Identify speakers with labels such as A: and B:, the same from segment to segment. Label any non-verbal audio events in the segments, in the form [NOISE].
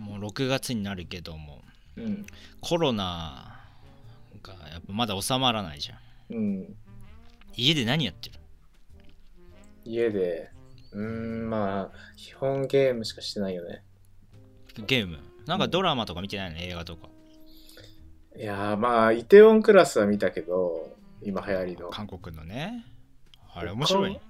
A: 6月になるけども
B: うん。
A: コロナがやっぱまだ収まらないじゃん
B: うん。
A: 家で何やってる
B: 家で、うーん、まあ、基本ゲームしかしてないよね。
A: ゲームなんかドラマとか見てないの映画とか
B: いやー、まあ、イテウォンクラスは見たけど、今流行りの。
A: 韓国のねあれ面白いね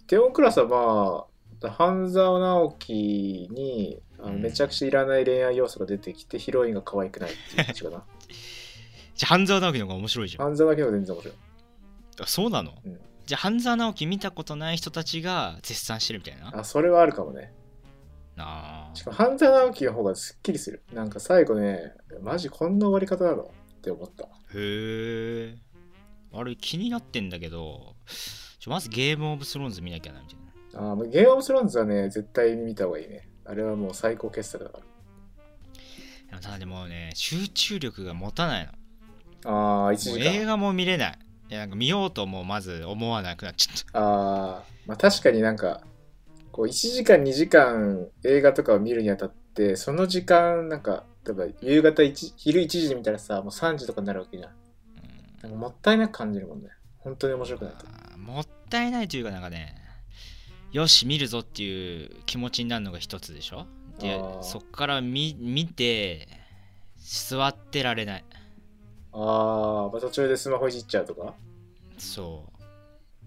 B: イテウォンクラスはまあ、半沢直樹にあの
A: うん
B: めちゃくちゃいらない恋愛要素が出てきて、ヒロインが可愛くないっていう感
A: [LAUGHS]
B: じかな。
A: じゃあ半沢直樹の方が面白いじゃん
B: 半沢だけは全然面白い。
A: あそうなの、
B: うん
A: じゃあ半沢直樹見たことない人たちが絶賛してるみたいな
B: あ、それはあるかもね。
A: あ
B: し
A: ー
B: かも半沢直樹の方がすっきりする。なんか最後ね、マジこんな終わり方だろって思った。
A: へえあれ気になってんだけどちょまずゲームオブスローンズ見なきゃなみたいな
B: あーもうゲームオブスローンズはね、絶対見た方がいいね。あれはもう最高傑作だか
A: でもただでもね集中力が持たないの
B: ら。ああ、1
A: もう
B: 時
A: 映
B: 間。
A: 画も見れないいやなんか見ようともまず思わなくなっちゃった
B: ああ、まあ確かになんか、こう1時間2時間映画とかを見るにあたって、その時間、なんか、例えば夕方1、昼1時で見たらさ、もう3時とかになるわけじゃん。
A: うん
B: なんかもったいなく感じるもんね。本当に面白くないと。
A: あーもったいないというかなんかねよし見るぞっていう気持ちになるのが一つでしょで
B: あー
A: そっから見見て座ってられない
B: ああ、まあ、途中でスマホいじっちゃうとか。
A: そう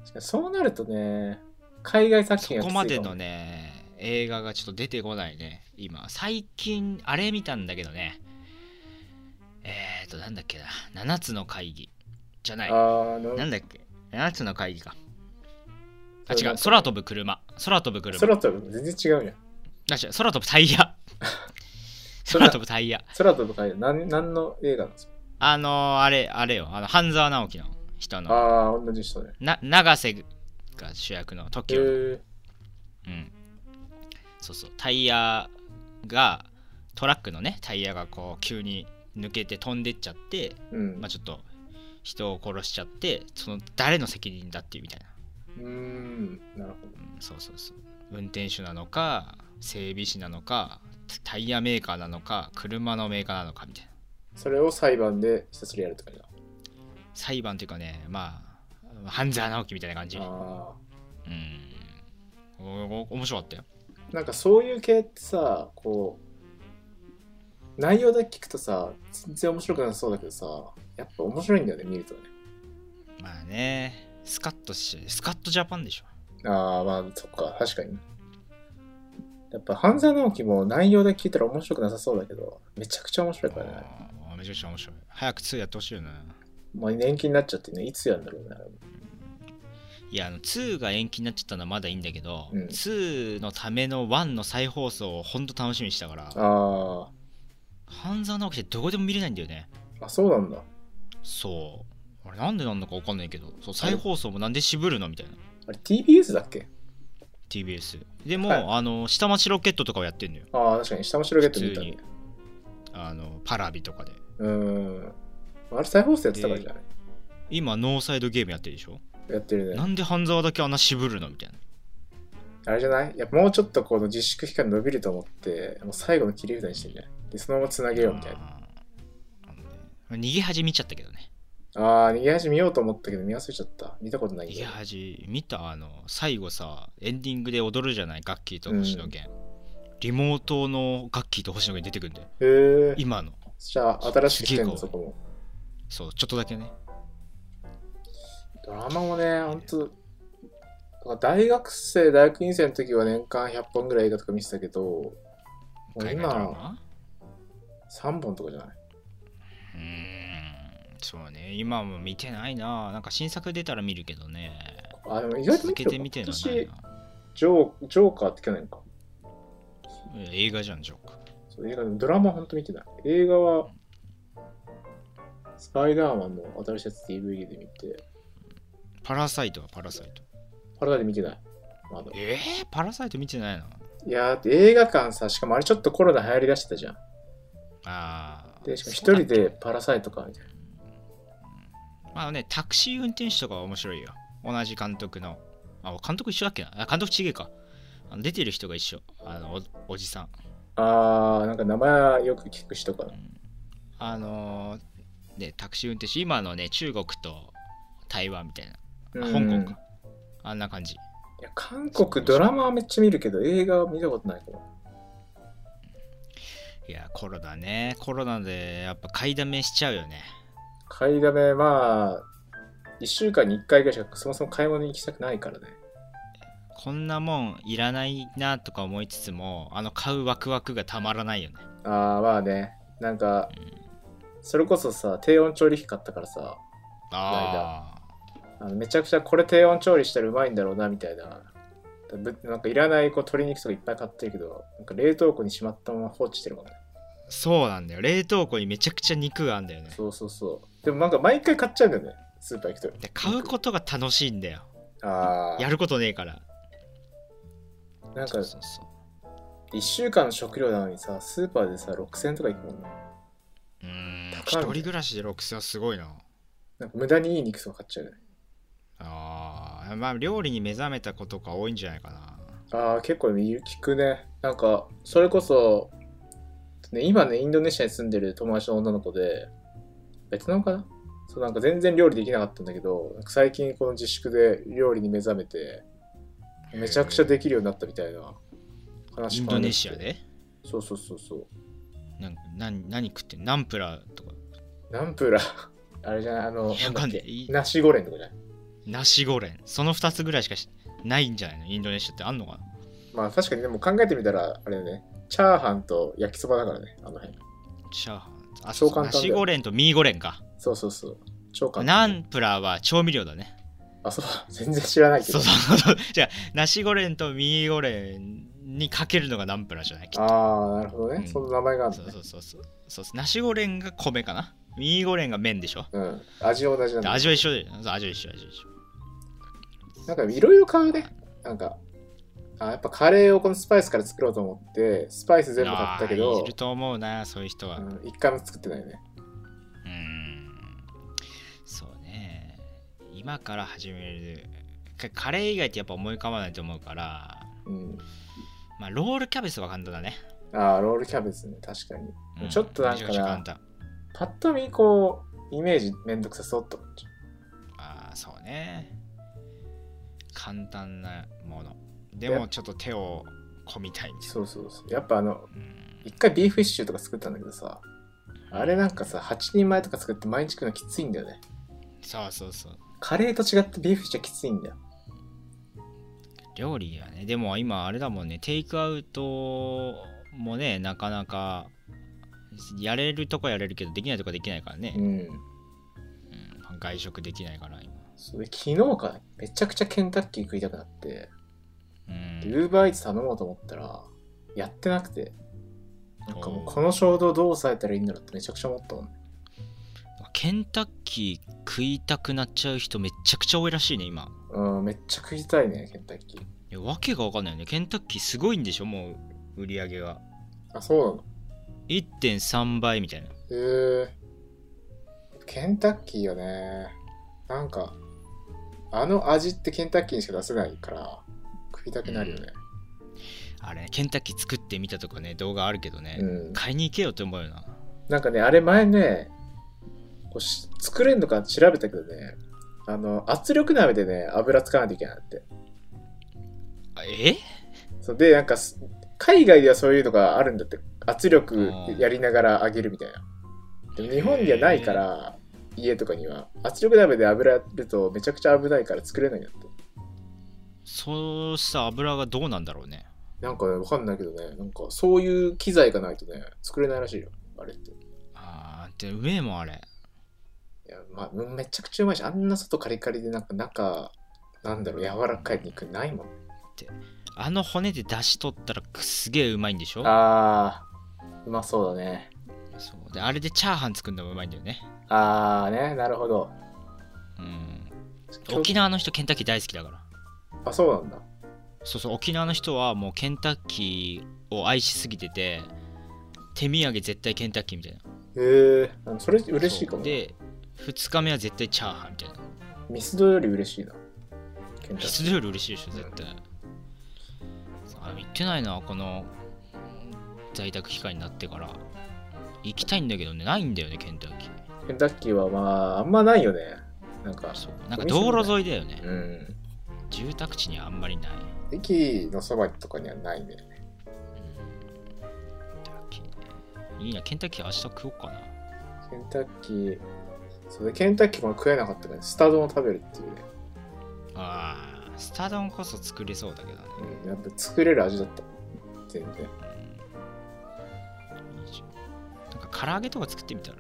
B: 確かにそうなるとね、海外作
A: そ
B: 品は
A: こ
B: きつい
A: ま
B: か
A: で
B: も
A: のね映画がちょっと出てこないね今最近あれ見たんだけどねえっ、ー、となんだっけな7つの会議じゃない
B: ああ、の
A: なんだっけ7つの会議かあ
B: それ
A: 違
B: なん
A: う
B: か
A: 空飛ぶ車空飛ぶ車
B: 空飛ぶ全然違うやん。
A: あ違う空飛ぶタイヤ
B: [LAUGHS]
A: [LAUGHS]
B: 空
A: 空飛ぶタイヤ
B: 空飛ぶ海外、なん何の映画なんですか
A: あのー、あれあれよあの半沢直樹の人の
B: ああ、同じ人ね。
A: な永瀬が主役の TOKIO
B: へ
A: の
B: ー
A: うん、そうそうタイヤがトラックのねタイヤがこう急に抜けて飛んでっちゃって、
B: うん。
A: まあ、
B: う
A: ちょっと人を殺しちゃってその誰の責任だっていうみたいな、
B: ーん、なるほど。
A: うん、そうそうそう運転手なのか整備士なのかタイヤメーカーなのか車のメーカーなのかみたいな
B: それを裁判でひたすらやるって感じだ。
A: 裁判というかねまあ半沢直樹みたいな感じうん
B: あ
A: おお面白かったよ
B: あ。なんかそういう系ってさ、こう、内容だけ聞くとさ、全然面白くなさそうだけどさ、やっぱ面白いんだよね、見るとね。
A: まあねスカッとしスカッとジャパンでしょ
B: ああ、まあ、そっか、確かに。やっぱ、半沢直樹も内容だけ聞いたら面白くなさそうだけど、めちゃくちゃ面白いからね。
A: あーめちゃくちゃ面白い。早く2やってほしいよね。
B: まあ、年金になっちゃってね、いつやるんだろうね。
A: いや、あの2が延期になっちゃったのはまだいいんだけど、
B: うん
A: 2のための1の再放送をほんと楽しみにしたから、
B: あ
A: 半沢直樹ってどこでも見れないんだよね。
B: あ、あ、そうなんだ。
A: そう。あれなんでなんだかわかんないけど、そう再放送もなんで渋るのみたいな。
B: あれ、TBS だっけ
A: TBS。でも、
B: はい
A: あの、下町ロケットとかをやってんのよ。
B: ああ、確かに、下町ロケット見た
A: 普
B: ね。
A: あの、パラビとかで。
B: うーん。あれ、再放送やってたからじゃない、
A: 今、ノーサイドゲームやってるでしょ、
B: やってる
A: な
B: ね。
A: んで半沢だけあんな渋るのみたいな。
B: あれじゃないいや、もうちょっとこの自粛期間伸びると思って、もう最後の切り札にしてんじゃないで、そのまま繋げようみたいな。
A: あーあのね逃げ始めちゃったけどね。
B: ああー、逃げ始めようと思ったけど、見忘れちゃった。見たことないけ
A: い
B: ど。
A: やじ見たあの最後さエンディングで踊るじゃないガッキーと星野源、リモートのガッキーと星野源出てくるんだよ
B: へえ。
A: 今の
B: じゃあ、新しく来てんの、
A: す
B: そ
A: げえ
B: こも。
A: そうちょっとだけね
B: ドラマもね、ほんと、だから大学生、大学院生の時は年間100本ぐらい映画とか見てたけど、もう
A: 海外ドラ
B: 今、
A: マ
B: 3本とかじゃないう
A: ーんそうね今も見てないななんか新作出たら見るけどね
B: あ、でも意外と
A: 続
B: 見て
A: け
B: るか
A: て見てるのは
B: 今
A: ない
B: 年
A: な
B: ジョー、ジョーカーって去年か。
A: いや映画じゃんジョーク
B: そう映画でもドラマはほんと見てない。映画は、スパイダーマンの新しいやつ DVD で見て、
A: パラサイトはパラサイト
B: パラダで見てない。まだ。
A: えー、パラサイト見てないの
B: いやー、だって映画館さ、しかもあれちょっとコロナ流行りだしてたじゃん。
A: ああ
B: で、しかも一人でパラサイトか、みたいな。
A: まあね、タクシー運転手とかは面白いよ。同じ監督の。あ、監督一緒だっけなあ監督違えか。あの出てる人が一緒。あのお、おじさん。
B: あー、なんか名前はよく聞く人かな。
A: あのーね、タクシー運転手、今のね、中国と台湾みたいな、あ香
B: うん
A: 港か。あんな感じ。
B: いや韓国ドラマはめっちゃ見るけど、映画は見たことないかも。
A: いや、コロナね、コロナでやっぱ買いだめしちゃうよね。
B: 買いだめ、まあ、1週間に1回ぐらいしかそもそも買い物に行きたくないからね。
A: こんなもんいらないなとか思いつつも、あの買うワクワクがたまらないよね。
B: あー、まあね。なんか、
A: うん
B: それこそさ、低温調理器買ったからさ、
A: ああ。
B: あのめちゃくちゃこれ低温調理したらうまいんだろうなみたいな。ぶなんかいらないこう鶏肉とかいっぱい買ってるけど、なんか冷凍庫にしまったまま放置してるもんね。
A: そうなんだよ。冷凍庫にめちゃくちゃ肉があんだよね。
B: そうそうそう。でもなんか毎回買っちゃうんだよね、スーパー行くと。
A: で買うことが楽しいんだよ。
B: ああ
A: や、ることねえから。
B: なんか
A: そうそうそう
B: 1週間の食料なのにさ、スーパーでさ、6000とかいくもんね。
A: うーん、
B: 高
A: 一
B: い
A: 人暮らしで6000はすごいな。
B: なんか無駄にいい肉とか買っちゃうよね。
A: ああ、まあ料理に目覚めたことが多いんじゃないかな。
B: ああ、結構ね、聞くね。なんか、それこそ、ね、今ね、インドネシアに住んでる友達の女の子で、別なのかなそう、なんか全然料理できなかったんだけど、なんか最近この自粛で料理に目覚めて、めちゃくちゃできるようになったみたいな話
A: イン
B: もあ
A: ド
B: る
A: ネシアで
B: そうそうそうそう。
A: なんか何何食ってんナンプラーとか、
B: ナンプラー、 [LAUGHS] あれじゃない、あの、
A: いや
B: なんだっ
A: わか
B: け
A: んない、
B: ナシゴレンとかじゃない
A: ナシゴレン。その2つぐらいしかしないんじゃないのインドネシアってあんのかな
B: まあ確かにでも考えてみたら、あれだね、チャーハンと焼きそばだからね、あの辺。
A: チャーハン。あ、
B: そ
A: そううか。
B: 簡
A: ナ
B: 単だよ
A: シゴレンとミーゴレンか。
B: そうそうそう。超簡
A: ナ
B: 単。
A: ンプラーは調味料だね。
B: あ、そう、全然知らないけ
A: そ
B: ど
A: う。そうそう。 [LAUGHS] じゃあ、ナシゴレンとミーゴレンにかけるのがナンプラーじゃないきっと
B: ああ、なるほどね。
A: うん
B: その名前がある
A: そ
B: の
A: う
B: ね。
A: そうそうそうそうそう。ナシゴレンが米かなミーゴレンが麺でしょ
B: うん。味は同じなん
A: で
B: だ。
A: 味は一緒でそう味は一緒味は一緒
B: なんかいろいろ買うね。なんか、あやっぱカレーをこのスパイスから作ろうと思って、スパイス全部買ったけ
A: あー
B: ど
A: いる、と思うなそういう人は
B: う
A: うん
B: ん一回も作ってないね。
A: んそうね今から始めるかカレー以外ってやっぱ思い浮かばないと思うから
B: うん。
A: まあロールキャベツは簡単だね、
B: ああ、ロールキャベツね。確かに。
A: う
B: ちょっとなんかな
A: めちゃくちゃ簡単
B: パッと見、こう、イメージめんどくさそうと思っちゃ
A: ああそうね簡単なものでもちょっと手を込みたいん
B: う。
A: です
B: そうそうそう。やっぱあの、
A: うん
B: 一回ビーフシチューとか作ったんだけどさ、あれなんかさ、8人前とか作って毎日食うのきついんだよね。
A: そうそうそう
B: カレーと違ってビーフシチューはきついんだよ。
A: 料理はねでも今あれだもんねテイクアウトもねなかなかやれるとこやれるけどできないとこできないから
B: う
A: ね、
B: ん。
A: うん外食できないから今
B: それ昨日かめちゃくちゃケンタッキー食いたくなって
A: う
B: ウ
A: ん
B: ーバーイーツ頼もうと思ったらやってなくてなんかもう
A: おー
B: この衝動どう抑えたらいいんだろうってめちゃくちゃ思ったもんね
A: ケンタッキー食いたくなっちゃう人めちゃくちゃ多いらしいね今
B: うんめっちゃ食いたいねケンタッキー
A: いやわけがわかんないよねケンタッキーすごいんでしょもう売り上げが
B: あそう
A: 1.3倍みたいな
B: なのへえケンタッキーよねなんかあの味ってケンタッキーにしか出せないから食いたくなるよね
A: あれねケンタッキー作ってみたとかね動画あるけどね、
B: うん、
A: 買いに行けよって思うよな
B: なんかねあれ前ねこうし作れんのか調べたけどねあの圧力鍋でね油使わないといけないんだって
A: あえ
B: そうでなんかす海外ではそういうのがあるんだって圧力
A: あー
B: やりながら揚げるみたいなでも日本にはないから家とかには圧力鍋で油やるとめちゃくちゃ危ないから作れないんだって
A: そうした油がどうなんだろうね
B: なんかねわかんないけどねなんかそういう機材がないとね作れないらしいよあれってい
A: あーでうめえもんあれ
B: やまあうんめちゃくちゃうまいしあんな外カリカリでなんか中なんだろう柔らかい肉ないもん
A: あの骨で出し取ったらすげえうまいんでしょ
B: あーうまそうだね
A: そうであれでチャーハン作るのもうまいんだよね
B: あーねなるほど
A: うん沖縄の人ケンタッキー大好きだから
B: あそうなんだ
A: そうそう沖縄の人はもうケンタッキーを愛しすぎてて手土産絶対ケンタッキーみたいな
B: へえそれ嬉しいかも
A: そうで2日目は絶対チャーハンみたいな
B: ミスドより嬉しいな。ケンタ
A: ミ
B: ッキ
A: ス
B: ー
A: ドより嬉しいでしょ絶対、あ行ってないなこの在宅期間になってから行きたいんだけどねないんだよねケンタッキー
B: ケンタッキーはまあ、あんまないよね。なんか、
A: そうなんか道路沿いだよね
B: うん。
A: 住宅地にはあんまりない、うん、ケ
B: 駅のそばとかにはないね。
A: ンタッキーねいいなケンタッキー明日食おうかな
B: ケンタッキー、それケンタッキーも食えなかったから、スタ丼を食べるっていうね。
A: あースタ丼こそ作れそうだけどね、
B: うん、やっぱ作れる味だった。全然。
A: うんいいじゃんなんか唐揚げとか作ってみたら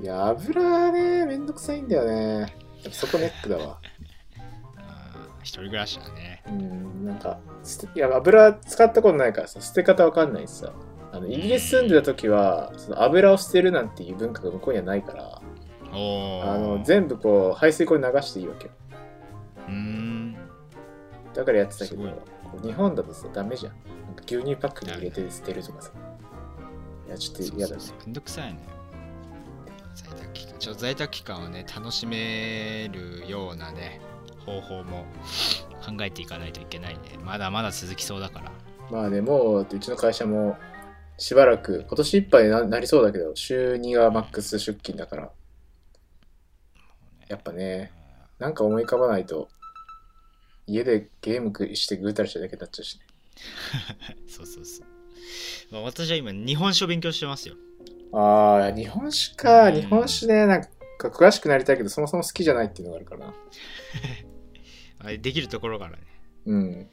B: いや、油ね、めんどくさいんだよね。やっぱそこネックだわ。
A: あー一人暮らしだね
B: うん、なんか、捨ていや、油使ったことないからさ、捨て方わかんないしさ。あのイギリス住んでた時は、その油を捨てるなんていう文化が向こうにはないから、
A: おお
B: あの全部こう排水溝に流していいわけよ。
A: うーん
B: だからやってた
A: す
B: けど、
A: ごい
B: こう日本だとさ、ダメじゃん。なんか牛乳パックに入れて捨てるとかさ。いや、ちょっと
A: そう
B: 嫌
A: そ
B: だ
A: う
B: ね。
A: そうめんどくさいね在宅期間ちょ在宅期間をね楽しめるようなね方法も考えていかないといけないねまだまだ続きそうだから
B: まあね、もう、うちの会社も、しばらく、今年いっぱいにななりそうだけど、週2がマックス出勤だから、やっぱね、なんか思い浮かばないと、家でゲームくしてぐうたらしただけになっちゃうしね。
A: そうそうそう、まあ、私は今日本史を勉強してますよ
B: ああ、日本史か、日本史ね、なんか詳しくなりたいけど、そもそも好きじゃないっていうのがあるからな。
A: あれできるところからね
B: うん。